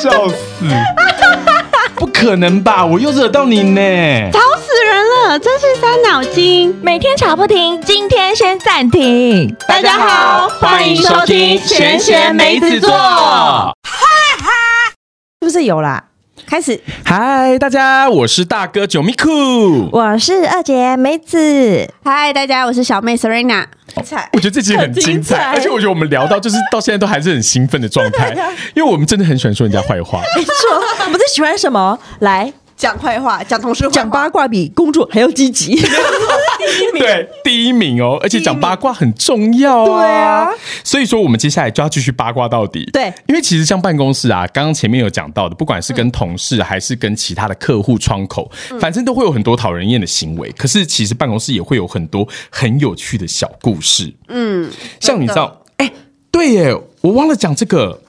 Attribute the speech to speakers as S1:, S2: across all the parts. S1: 笑死！不可能吧？我又惹到你呢！
S2: 吵死人了，真是伤脑筋。
S3: 每天吵不停，今天先暂停。
S2: 大家好欢迎收听
S3: 闲闲梅子座
S4: 是不是有啦？开始，
S1: 嗨，大家，我是大哥九米酷。
S3: 我是二姐梅子，
S2: 嗨，大家，我是小妹 Serena。
S4: 彩
S1: 我觉得这集很精
S4: 很精彩
S1: 彩，而且我觉得我们聊到就是到现在都还是很兴奋的状 态，
S2: 啊
S1: 因为我们真的很喜欢说人家坏话。
S4: 没错，我们最喜欢什么？来
S2: 讲坏话，讲同事坏
S4: 讲
S2: 话，
S4: 八卦比工作还要积极。
S1: 对，第一名哦，而且讲八卦很重要啊。
S4: 对啊，
S1: 所以说我们接下来就要继续八卦到底。
S4: 对
S1: 因为其实像办公室啊，刚刚前面有讲到的，不管是跟同事还是跟其他的客户窗口，反正都会有很多讨人厌的行为。可是其实办公室也会有很多很有趣的小故事。嗯，像你知道，哎、对耶，我忘了讲这个。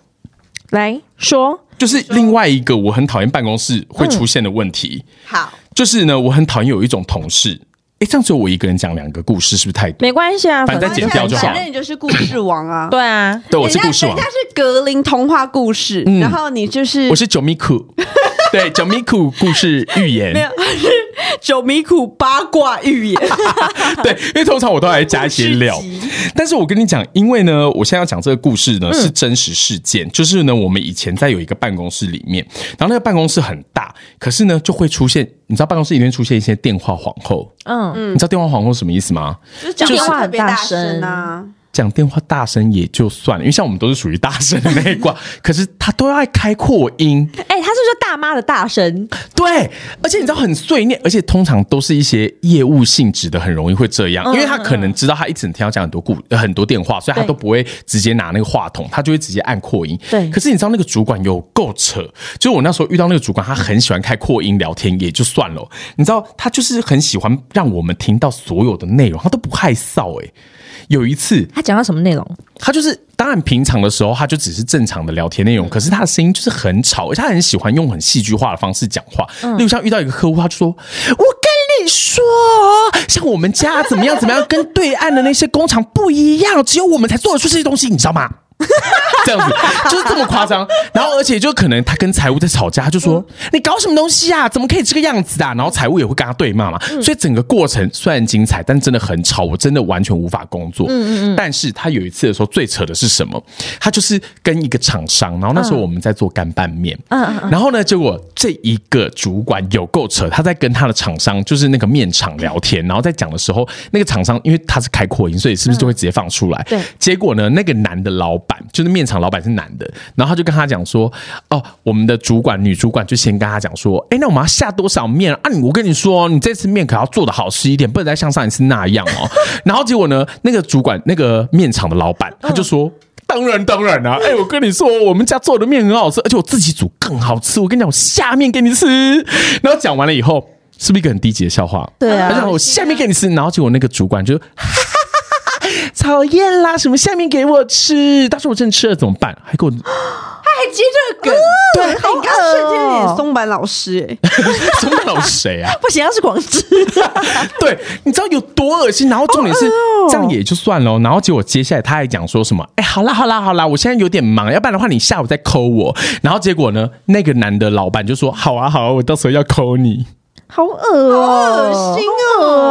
S3: 来说，
S1: 就是另外一个我很讨厌办公室会出现的问题，
S2: 好，
S1: 就是呢，我很讨厌有一种同事，哎，这样只有我一个人讲两个故事，是不是太多？
S3: 没关系啊，
S1: 反正再剪掉就好
S2: 反正你就是故事王 啊。
S3: 对啊，
S1: 对，我
S2: 人
S1: 是
S2: 家，
S1: 故事王嗯
S2: 人家，是格林童话故事，然后你就是
S1: 我是九米 库，对，九米库故事预言，
S2: 九米苦八卦预 言，
S1: 对，因为通常我都还哎加一 些料
S2: 故事，
S1: 但是我跟你讲，因为呢，我现在要讲这个故事
S2: 嗯
S1: 呢是真实事件，就是呢，我们以前在有一个办公室里面，然后那个办公室很大，可是呢就会出现，你知道办公室里面出现一些电话皇后，
S3: 嗯，
S1: 你知道电话皇后什么意思吗？
S2: 就是讲
S3: 就是
S2: 话特别大声啊。
S1: 讲电话大声也就算了，因为像我们都是属于大声的那一 挂，可是他都要爱开扩音，
S3: 哎、他是不是大妈的大神？
S1: 对，而且你知道很碎念，而且通常都是一些业务性质的，很容易会这样，因为他可能知道他一整天要讲很多故呃很多电话，所以他
S3: 嗯对
S1: 都不会直接拿那个话筒，他就会直接按扩音。
S3: 对
S1: 可是你知道那个主管有够扯，就是我那时候遇到那个主管，他很喜欢开扩音聊天，也就算了，你知道他就是很喜欢让我们听到所有的内容，他都不害臊诶、欸有一次，
S3: 他讲到什么内容？
S1: 他就是当然平常的时候，他就只是正常的聊天内容，可是他的声音就是很吵，而且他很喜欢用很戏剧化的方式讲话。例如像遇到一个客户，他就说：“我跟你说，像我们家怎么样怎么样，跟对岸的那些工厂不一样，只有我们才做得出这些东西，你知道吗？” 这样子就是这么夸张，然后而且就可能他跟财务在吵架，他就说、你搞什么东西啊，怎么可以这个样子啊？然后财务也会跟他对骂嘛，所以整个过程虽然精彩，但真的很吵，我真的完全无法工作。嗯嗯但是他有一次的时候最扯的是什么？他就是跟一个厂商，然后那时候我们在做干拌面，嗯嗯然后呢，结果这一个主管有够扯，他在跟他的厂商就是那个面厂聊天，然后在讲的时候，那个厂商因为他是开扩音，所以是不是就会直接放出来？
S3: 对
S1: 结果呢，那个男的老板就是面厂老板是男的，然后他就跟他讲说：“哦，我们的主管女主管就先跟他讲说，哎，那我们要下多少面啊？啊你我跟你说，你这次面可要做的好吃一点，不能再像上一次那样哦。”然后结果呢，那个主管那个面厂的老板他就说。当然当然 啦、啊！哎、我跟你说，我们家做的面很好吃，而且我自己煮更好吃。我跟你讲，我下面给你吃。然后讲完了以后，是不是一个很低级的笑话？
S3: 对啊
S1: 他讲我下面给你吃，然后结果那个主管就 讨厌啦，什么下面给我吃，但是我真的吃了怎么办？还给我
S3: 哎
S2: 还接这个梗，对，你刚
S3: 哦
S2: 刚瞬间有点松板老师 哎、
S1: 怎么老谁啊？
S4: 哦不行，他是广智，
S1: 对，你知道有多恶心？然后重点是、这样也就算了哦，然后结果接下来他还讲说什么？哎，好啦好啦好啦，我现在有点忙，要不然的话你下午再抠我。然后结果呢，那个男的老板就说：好啊好啊，我到时候要抠你，
S3: 好恶哦、
S2: 好恶心
S3: 好恶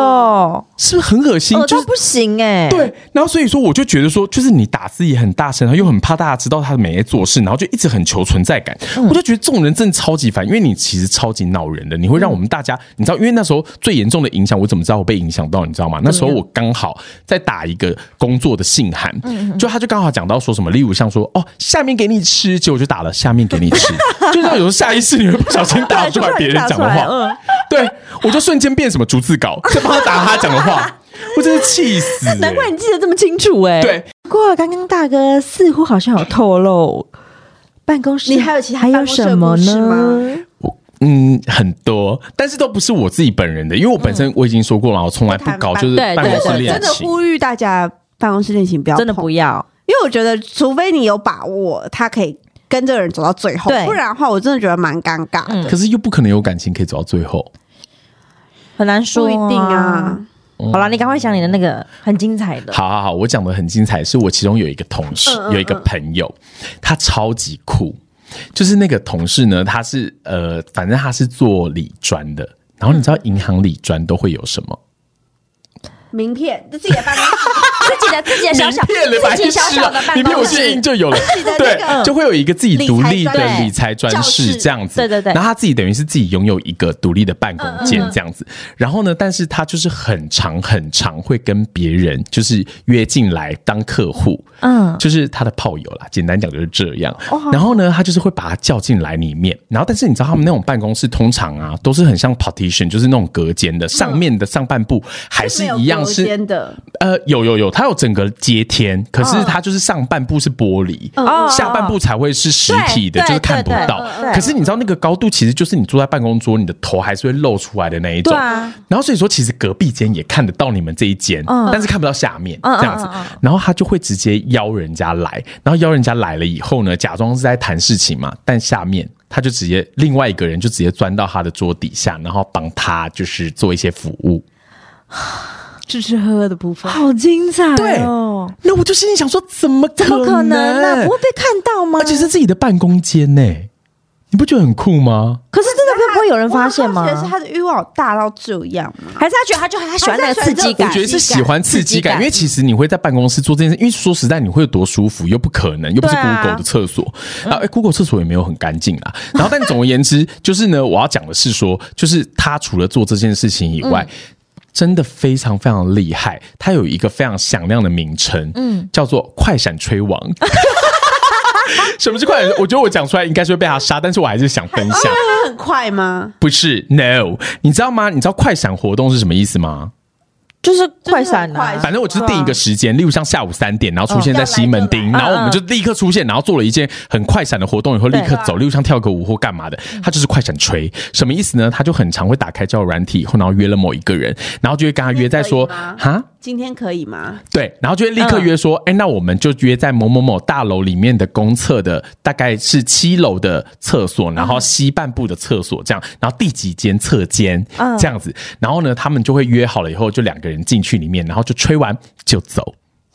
S3: 哦、
S1: 是不是很恶心？
S3: 恶
S1: 就是
S3: 到不行
S4: 欸
S3: 哎、
S1: 对，然后所以说我就觉得说，就是你打字也很大声，然后又很怕大家知道他没在做事，然后就一直很求存在感。我就觉得这种人真的超级烦，因为你其实超级恼人的，你会让我们大家，你知道，因为那时候最严重的影响，我怎么知道我被影响到？你知道吗？那时候我刚好在打一个工作的信函，就他就刚好讲到说什么，例如像说哦，下面给你吃，结果我就打了下面给你 吃，就像有时候下意识你会不小心打出来别人讲
S4: 打
S1: 的
S4: 出来
S1: 话，
S4: 嗯
S1: 对我就瞬间变什么逐字 稿，在帮他打他讲的话。 我真是气死、欸！
S4: 难怪你记得这么清楚哎。
S1: 对，
S4: 不过刚刚大哥似乎好像有透露，办公室
S2: 你还有其他
S4: 还
S2: 办
S4: 有
S2: 公室
S4: 什
S2: 的
S4: 么
S2: 故事
S4: 呢
S2: 吗？
S1: 我嗯，很多，但是都不是我自己本人的，因为我本身我已经说过了，我从来不搞就是
S3: 对
S1: 办公
S3: 对
S1: 室
S3: 对
S1: 恋
S2: 真的
S1: 情。
S2: 呼吁大家办公室恋情不要
S4: 真的
S2: 碰
S4: 不要，
S2: 因为我觉得，除非你有把握，他可以跟这个人走到最后
S4: 对，
S2: 不然的话，我真的觉得蛮尴尬的。
S1: 可是又不可能有感情可以走到最后。
S3: 很难说、
S2: 不一定啊。，
S3: 好了，你赶快讲你的那个很精彩的。
S1: 哦好好好，我讲的很精彩，是我其中有一个同事，有一个朋友，他超级酷。就是那个同事呢，他是呃，反正他是做理专的，然后你知道银行理专都会有什么？
S2: 名片，自己的 办公室，
S3: 自己的自己的小小
S1: 名片嘞，白
S3: 自己小
S1: 痴
S3: 小
S1: 啊
S3: 的！办
S1: 名片
S3: 公
S1: 我去印
S3: 室，
S1: 就有了
S2: 的，那
S1: 对，
S2: 个
S1: 就会有一个自己独立
S2: 理财
S1: 的
S3: 专
S1: 理财专
S3: 教
S1: 室
S3: 室
S1: 这样子，
S3: 对对对嗯
S1: 然后他自己等于是自己拥有一个独立的办公间这样子，然后呢，但是他就是很常很常会跟别人就是约进来当客户，
S3: 嗯，
S1: 就是他的炮友啦，简单讲就是这样。然后呢，他就是会把他叫进来里面，然后但是你知道他们那种办公室通常啊都是很像 partition，就是那种隔间的，上面的上半部还是一样是
S2: 没有隔间的，
S1: 呃，有有有，它有整个接天，可是它就是上半部是玻璃，
S3: 哦
S1: 下半部才会是实体的，
S3: 对
S1: 就是看不到
S3: 对对对。
S1: 可是你知道那个高度，其实就是你坐在办公桌，你的头还是会露出来的那一种。
S3: 对啊
S1: 然后所以说，其实隔壁间也看得到你们这一间，
S3: 嗯
S1: 但是看不到下面这样子。然后他就会直接邀人家来，然后邀人家来了以后呢，假装是在谈事情嘛，但下面。他就直接另外一个人就直接钻到他的桌底下，然后帮他就是做一些服务。
S2: 吃吃喝喝的部分，
S4: 好精彩
S3: 嗯
S4: 哦！
S1: 那我就心里想说，怎么可
S3: 怎么可
S4: 啊
S3: 能呢、
S1: 能
S3: 不会被看到吗？
S1: 而且是自己的办公间呢、你不觉得很酷吗？
S3: 可是真的会不会有人发现吗
S2: 我？很好奇的是他的欲望有大到这样吗？
S3: 还是他觉得他就他喜欢那个刺激
S1: 我
S3: 感？
S1: 觉得是喜欢刺激感，因为其实你会在办公室做这件事，因为说实在，你会有多舒服，又不可能，又不是
S3: 对啊
S1: Google 的厕所啊，哎，Google 厕所也没有很干净 啊。然后，但总而言之，就是呢，我要讲的是说，就是他除了做这件事情以
S3: 嗯
S1: 外。真的非常非常厉害，他有一个非常响亮的名称，嗯，叫做“快闪吹 王”。什么是快闪？我觉得我讲出来应该是会被他杀，但是我还是想分 享。
S2: 他很快吗？
S1: 不是，no，你知道吗？你知道快闪活动是什么意思吗？
S3: 就是快闪
S2: 就是很快
S3: 啊
S2: 闪！
S1: 反正我就是定一个时间，例如像下午三点，然后出现在西门町，
S2: 嗯哦要
S1: 然
S2: 来就嗯
S1: 后我们就立刻出现，然后做了一件很快闪的活动以后立刻走，例如像跳个舞或干嘛的，
S2: 嗯
S1: 他就是快闪吹。什么意思呢？他就很常会打开交友软体以后，然后约了某一个人，然后就会跟他约在说
S2: 那可以吗嗯
S1: 哈。
S2: 今天可以吗？
S1: 对，然后就会立刻约说，哎、那我们就约在某某某大楼里面的公厕的，大概是七楼的厕所，然
S2: 嗯
S1: 后西半部的厕所这样，然后第几间侧间、
S2: 嗯
S1: 这样子，然后呢，他们就会约好了以后，就两个人进去里面，然后就吹完就走。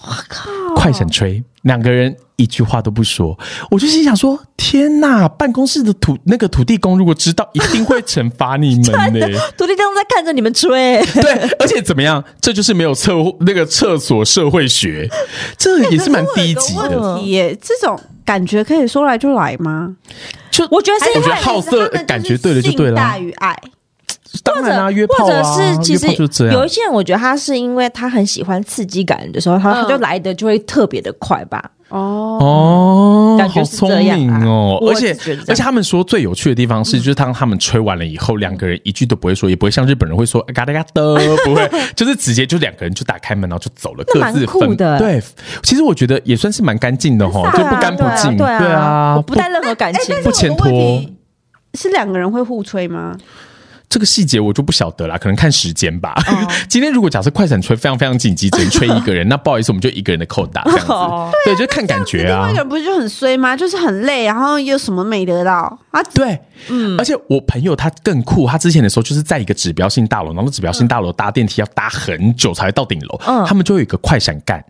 S1: 我靠，快闪吹，两个人一句话都不说，我就心想说，天呐，办公室的土那个土地公如果知道，一定会惩罚你 们的、
S3: 土地公在看着你们吹，
S1: 对，而且怎么样？这就是没有厕那个厕所社会学，这也是蛮低级
S2: 可是我有个
S1: 的。
S2: 问题耶，这种感觉可以说来就来吗？
S1: 就
S3: 我觉得
S1: 哎 我
S3: 是
S1: 觉得
S2: 还是
S1: 好色
S2: 他们是
S1: 感觉对了就
S2: 性
S1: 对了
S2: 大于爱，
S1: 当然啊，约炮
S3: 或者
S1: 啊，
S3: 是其
S1: 约炮就
S3: 实
S1: 这
S3: 有一
S1: 样。
S3: 些人，我觉得他是因为他很喜欢刺激感的时候，他
S2: 嗯
S3: 他就来的就会特别的快吧。
S2: 哦，
S1: 哦，
S3: 感觉
S1: 好
S3: 是这
S1: 聪
S3: 样
S1: 明
S3: 啊
S1: 哦！
S3: 我
S1: 而
S3: 也
S1: 且
S3: 是觉得这样
S1: 而且他们说最有趣的地方是，就是当他们吹完了以后，两个人一句都不会说，也不会像日本人会说啊嘎哒嘎的， 不会，就是直接就两个人就打开门，然后就走了，
S3: 那
S1: 各
S3: 蛮
S1: 自
S3: 酷
S1: 分。
S3: 的
S1: 对，其实我觉得也算是蛮干净的哦哈，就
S3: 对啊
S1: 不干不
S3: 对啊
S1: 净。
S3: 对啊，
S1: 对啊
S3: 我，不带任何感情
S2: 哎，
S1: 不前
S2: 但是我的
S1: 拖
S2: 问题是两个人会互吹吗？
S1: 这个细节我就不晓得啦，可能看时间吧。
S3: 哦
S1: 今天如果假设快闪吹非常非常紧急，只能吹一个人，那不好意思，我们就一个人的扣打这样子。
S3: 哦
S1: 对，就看感觉
S2: 另
S1: 啊
S2: 外一个。人不是就很衰吗？就是很累，然后又什么没得到啊？
S1: 对，嗯，而且我朋友他更酷，他之前的时候就是在一个指标性大楼，然后指标性大楼搭电梯要搭很久才会到顶楼，他们就有一个快闪 干。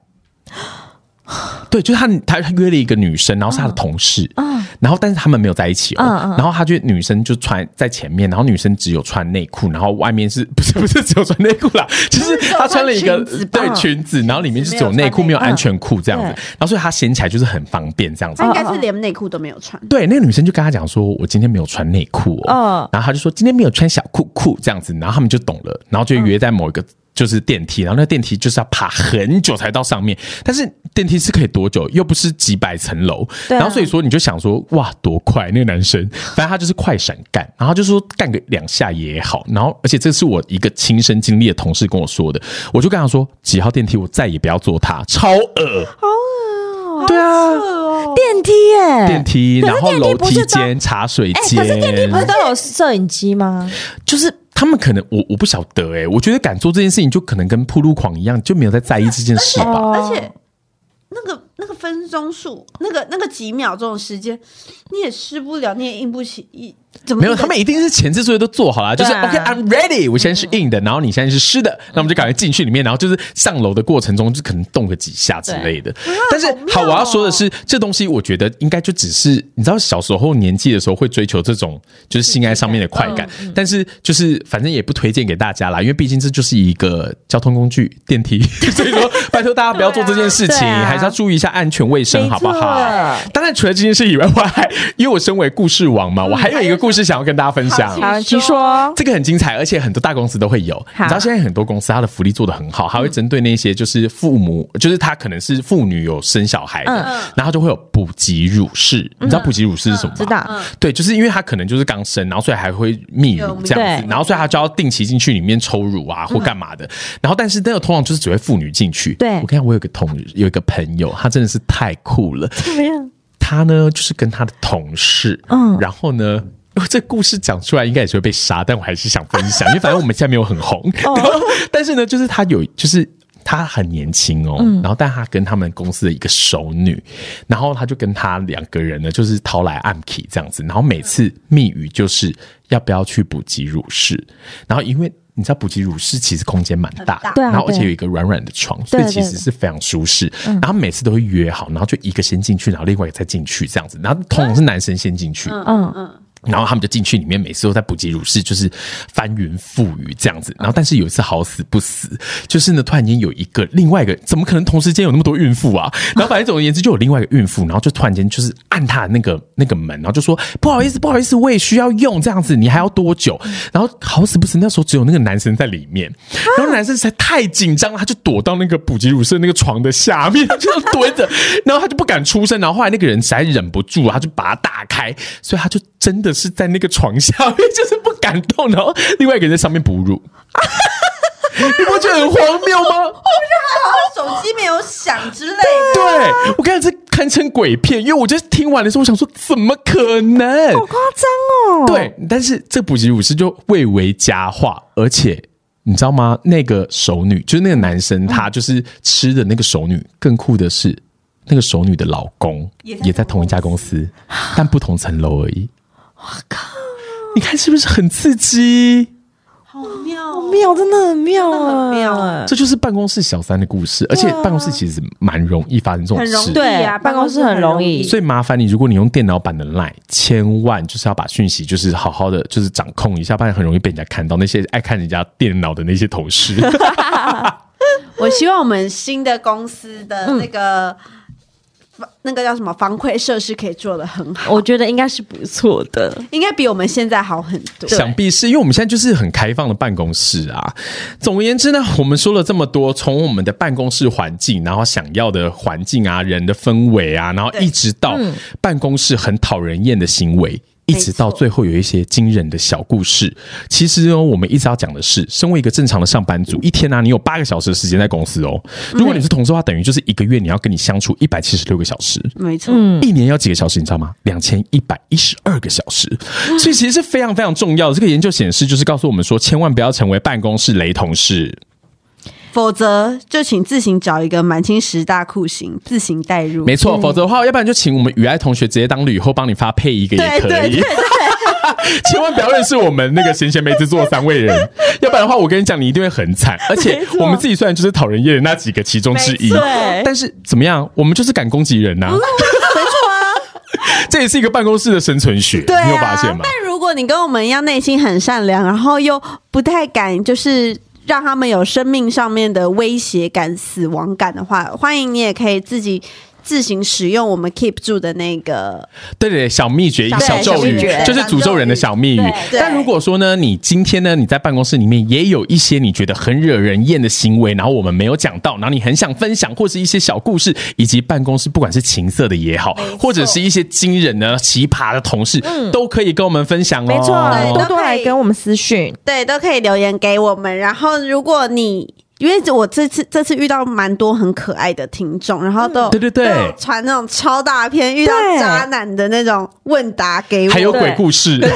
S1: 对，就是他，他他约了一个女生，然后是他的同事，然后但是他们没有在一起哦，然后他就女生就穿在前面，然后女生只有穿内裤，然后外面是 不是不是只有穿内裤 啦，就是她穿了一个
S2: 只有穿裙子吧
S1: 对裙子，然后里面就只有内裤，嗯没有安全裤这样子，然后所以她掀起来就是很方便这样子
S2: 他，应该是连内裤都没有穿。
S1: 对，那个女生就跟他讲说：“我今天没有穿内裤哦。
S3: 嗯
S1: 然后他就说：“今天没有穿小裤裤。”这样子，然后他们就懂了，然后就约在某一个就是电梯，然后那电梯就是要爬很久才到上面，但是电梯是可以多久？又不是几百层楼。
S3: 对啊
S1: 然后所以说你就想说：“哇，多快！”那个男生，反正他就是快闪干，然后就说干个两下也好。然后而且这是我一个亲身经历的同事跟我说的，我就跟他说：“几号电梯我再也不要坐它，超恶。”
S3: 对啊，电梯耶，
S1: 哦电梯，
S3: 嗯可是
S1: 然后
S3: 电梯
S1: 楼
S3: 不
S1: 梯
S3: 是都
S1: 间、茶水
S3: 哎，
S1: 间。
S3: 可是电梯不是都有摄影机吗？
S1: 就是他们可能我我不晓得哎、我觉得敢做这件事情，就可能跟铺路狂一样，就没有在在意这件事吧。
S2: 而且那个那个分钟数，那个那个几秒钟的时间，你也吃不了，你也硬不起，一怎么
S1: 没有，他们一定是前置作业都做好了，就是
S4: 对啊嗯
S1: OK I'm ready，我现在是硬的，然后你现在是湿的，那我们就赶快进去里面，然后就是上楼的过程中就可能动个几下之类的。
S4: 嗯
S1: 但是
S4: 哦
S1: 好，我要说的是，这东西我觉得应该就只是你知道小时候年纪的时候会追求这种就是性爱上面的快感，
S4: 嗯
S1: 但是就是反正也不推荐给大家啦，因为毕竟这就是一个交通工具电梯， 所以说拜托大家不要做这件事情，
S4: 对啊
S1: 还是要注意一下安全卫生，
S4: 没
S1: 好不好
S4: 错？
S1: 当然，除了这件事以外，我还因为我身为故事王嘛，我还有一个故事想要跟大家分享。
S4: 嗯好，请说。
S1: 这个很精彩，而且很多大公司都会有。
S4: 好
S1: 你知道现在很多公司它的福利做得很好，它会针对那些就是父母，
S4: 嗯
S1: 就是他可能是妇女有生小孩的，然后就会有补给乳室。你知道补给乳室是什么吗？
S4: 嗯知道，嗯
S1: 对，就是因为他可能就是刚生，然后所以还会泌乳这样子
S4: 对，嗯
S1: 然后所以他就要定期进去里面抽乳啊或干嘛的。然后但是那个通常就是只会妇女进去。
S4: 对
S1: 我跟你讲，我有个同有一个朋友，他真的是太酷了。
S4: 怎么样？
S1: 他呢，就是跟他的同事，嗯
S4: 嗯，
S1: 然后呢。 因为这故事讲出来应该也是会被杀，但我还是想分 享，因为反正我们现在没有很红。然
S4: 哦
S1: 后， 但是呢，就是他有，就是他很年轻哦，
S4: 嗯
S1: 然后但他跟他们公司的一个熟女，然后他就跟他两个人呢，就是掏来暗 k 这样子，然后每次密语就是要不要去补给乳室，然后因为你知道补给乳室其实空间蛮大的，
S4: 对啊
S1: 然后而且
S4: 对
S1: 有一个软软的床，所以
S4: 对
S1: 其实
S4: 对嗯
S1: 是非常舒适。然后每次都会约好，然后就一个先进去，然后另外一个再进去这样子。然后通常是男生先进去，
S4: 嗯
S1: 然后他们就进去里面，每次都在补给乳室，就是翻云覆雨这样子。然后但是有一次好死不死，就是呢突然间有一个另外一个，怎么可能同时间有那么多孕 妇啊？然后反正总而言之就有另外一个孕妇，然后就突然间就是按她的那个那个门，然后就说不好意思不好意思，我也需要用这样子，你还要多久？然后好死不死那时候只有那个男生在里面，然后男生实在太紧张了，他就躲到那个补给乳室那个床的下面， 就这样蹲着，然后他就不敢出声。然后后来那个人实在忍不住，他就把它打开，所以他就真的是在那个床下面，就是不敢动。然后另外一个人在上面哺乳，你不觉得很荒谬吗？
S2: 手机没有响之类的，
S1: 对，我刚才这堪称鬼片，因为我就听完的时候，我想说怎么可能？
S4: 好夸张哦。
S1: 对，但是这补习乳师就蔚为佳话，而且你知道吗？那个熟女就是那个男生，他就是吃的那个熟女，更酷的是那个熟女的老公
S2: 也在
S1: 也在同一家公司，但不同层楼而已。我靠！你看是不是很刺激？
S2: 好妙哦，
S4: 妙，真的很妙
S2: 真的
S4: 啊，
S2: 很妙啊
S1: 这就是办公室小三的故事，而且办公室其实蛮容易发生这种
S2: 很容
S1: 事。
S2: 易
S4: 对
S2: 啊
S4: 办公室很容易
S1: 所以麻烦你，如果你用电脑版的 Line，千万就是要把讯息就是好好的就是掌控一下，不然很容易被人家看到。那些爱看人家电脑的那些同事，
S2: 我希望我们新的公司的那个、防那个叫什么防溃设施可以做的很好，
S4: 我觉得应该是不错
S1: 哦
S4: 的。
S2: 应该比我们现在好很多。
S1: 想必是因为我们现在就是很开放的办公室啊。总而言之呢， 我们说了这么多，从我们的办公室环境，然后想要的环境啊、人的氛围啊，然后
S2: 对
S1: 一直到办公室很讨人厌的行为。一直到最后有一些惊人的小故事。其实哦，我们一直要讲的是，身为一个正常的上班族，一天呢、啊，你有八个小时的时间在公司哦。如果你是同事的话，等于就是一个月你要跟你相处一百七十六个小时。
S2: 没错，
S1: 一年要几个小时，你知道吗？两千一百一十二个小时，所以其实是非常非常重要的。这个研究显示，就是告诉我们说，千万不要成为办公室雷同事。
S2: 否则就请自行找一个满清十大酷刑自行代入。
S1: 没错，否则的话，要不然就请我们雨爱同学直接当旅后帮你发配一个也
S2: 对
S1: 可
S2: 对
S1: 以。 千万不要认识我们那个闲闲梅子座三位人，要不然的话，我跟你讲，你一定会很 惨。而且我们自己虽然就是讨人厌的那几个其中之一，但是怎么样，我们就是敢攻击人呐、
S2: 嗯
S1: 没错啊， 这也是一个办公室的生存学，
S2: 对啊，
S1: 你有发现吗？
S2: 但如果你跟我们一样内心很善良，然后又不太敢，就是。让他们有生命上面的威胁感、死亡感的话，欢迎你也可以自己自行使用我们 Keep 住的那个
S1: 对对，对小秘诀、
S2: 小
S1: 小咒语
S4: 小秘诀，
S1: 就是诅咒人的小秘语
S2: 对。对
S1: 但如果说呢，你今天呢，你在办公室里面也有一些你觉得很惹人厌的行为，然后我们没有讲到，然后你很想分享，或是一些小故事，以及办公室不管是情色的也好，或者是一些惊人的、奇葩的同事，都可以跟我们分享哦。
S4: 没错，
S2: 对
S4: 多
S2: 都
S4: 多
S2: 可
S4: 来
S2: 以
S4: 跟我们私讯。
S2: 对，都可以留言给我们。然后，如果你因为我这次这次遇到蛮多很可爱的听众，然后都有、
S1: 对对对
S2: 都有传那种超大片遇到
S4: 对
S2: 渣男的那种问答给我，
S1: 还有鬼故事，
S2: 对对，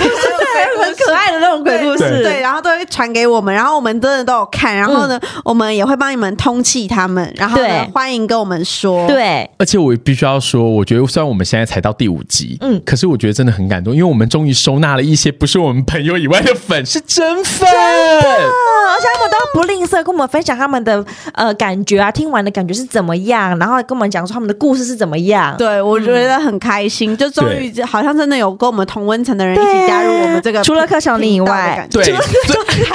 S3: 很可爱的那种鬼故
S1: 对
S3: 事，
S2: 对，然后都会传给我们，然后我们真的都有看，然后呢，我们也会帮你们通气他们，然后呢
S3: 嗯对，
S2: 欢迎跟我们说，，
S3: 对，
S1: 而且我必须要说，我觉得虽然我们现在才到第五集，嗯
S3: 嗯，
S1: 可是我觉得真的很感动，因为我们终于收纳了一些不是我们朋友以外的粉，是真粉。
S3: 嗯，而且他们都不吝啬跟我们分享他们的呃感觉啊，听完的感觉是怎么样，然后跟我们讲说他们的故事是怎么样。
S2: 对我觉得很开
S3: 嗯
S2: 心，就终于好像真的有跟我们同温层的人一起加入我们这
S3: 对
S2: 个
S3: 啊除了柯小宁以外
S2: 频道的感觉，
S1: 对，所以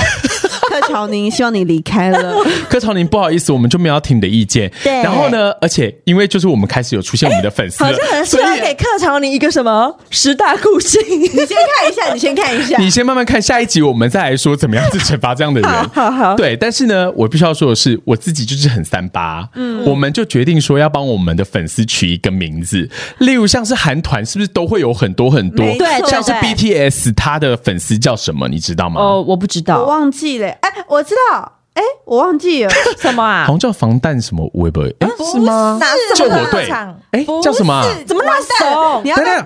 S2: 克乔宁，希望你离开了，
S1: 柯朝宁，不好意思，我们就没有要听你的意见。
S3: 对
S1: 然后呢，而且因为就是我们开始有出现我们的粉丝
S3: 好
S1: 了，
S3: 像很适
S1: 所
S3: 合
S1: 以
S3: 给克乔尼一个什么十大故事，
S2: 你先看一下，你先看一下，
S1: 你先慢慢看下一集，我们再来说怎么样子惩罚这样的人。
S3: 好好
S1: 对，但是呢，我必须要说的是，我自己就是很三八，嗯，我们就决定说要帮我们的粉丝取一个名字，例如像是韩团，是不是都会有很多很多
S2: 没？
S3: 错
S1: 像是
S3: 对
S1: BTS，他的粉丝叫什么，你知道吗？
S3: 哦，我不知
S2: 我
S3: 道
S2: 忘记了，哎，我知道，哎，我 忘记了，
S3: 什么啊
S1: 好，像叫防弹什么微博，哎，是吗？
S3: 哪啊是
S1: 救
S3: 怎么
S1: 火队
S3: 那场，
S1: 哎，叫什么啊？
S3: 怎么那
S2: 但
S3: 么
S2: 你
S3: 怂？
S2: 要
S1: 等
S2: 跟
S1: 等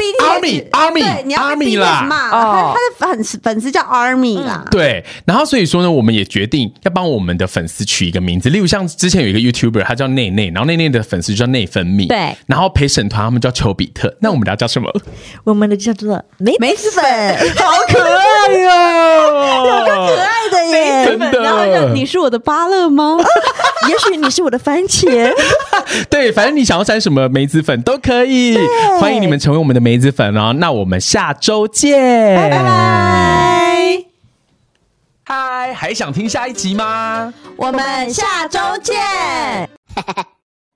S1: Army，
S2: BTS
S1: Army，
S2: 对你要跟
S1: Army
S2: BTS
S1: 啦
S2: 骂，
S3: 哦嗯
S2: 他他的粉丝粉丝叫 Army 啦，
S1: 对，然后所以说呢，我们也决定要帮我们的粉丝取一个名字，例如像之前有一个 YouTuber，他叫内内，然后内内的粉丝就叫内分泌，
S3: 对
S1: 然后陪审团他们叫丘比特，那我们俩叫 什么？
S3: 我们的叫做没
S2: 梅 子粉，
S1: 好可爱哦呀、
S3: 爱的耶，
S1: 真的
S2: 然后就你是我的芭乐吗？
S3: 也许你是我的番茄，
S1: 对，反正你想要沾什么梅子粉都可以，欢迎你们成为我们的梅子粉哦。那我们下周见，拜拜。
S2: 拜，
S1: 嗨，还想听下一集吗？
S2: 我
S3: 我们下周见。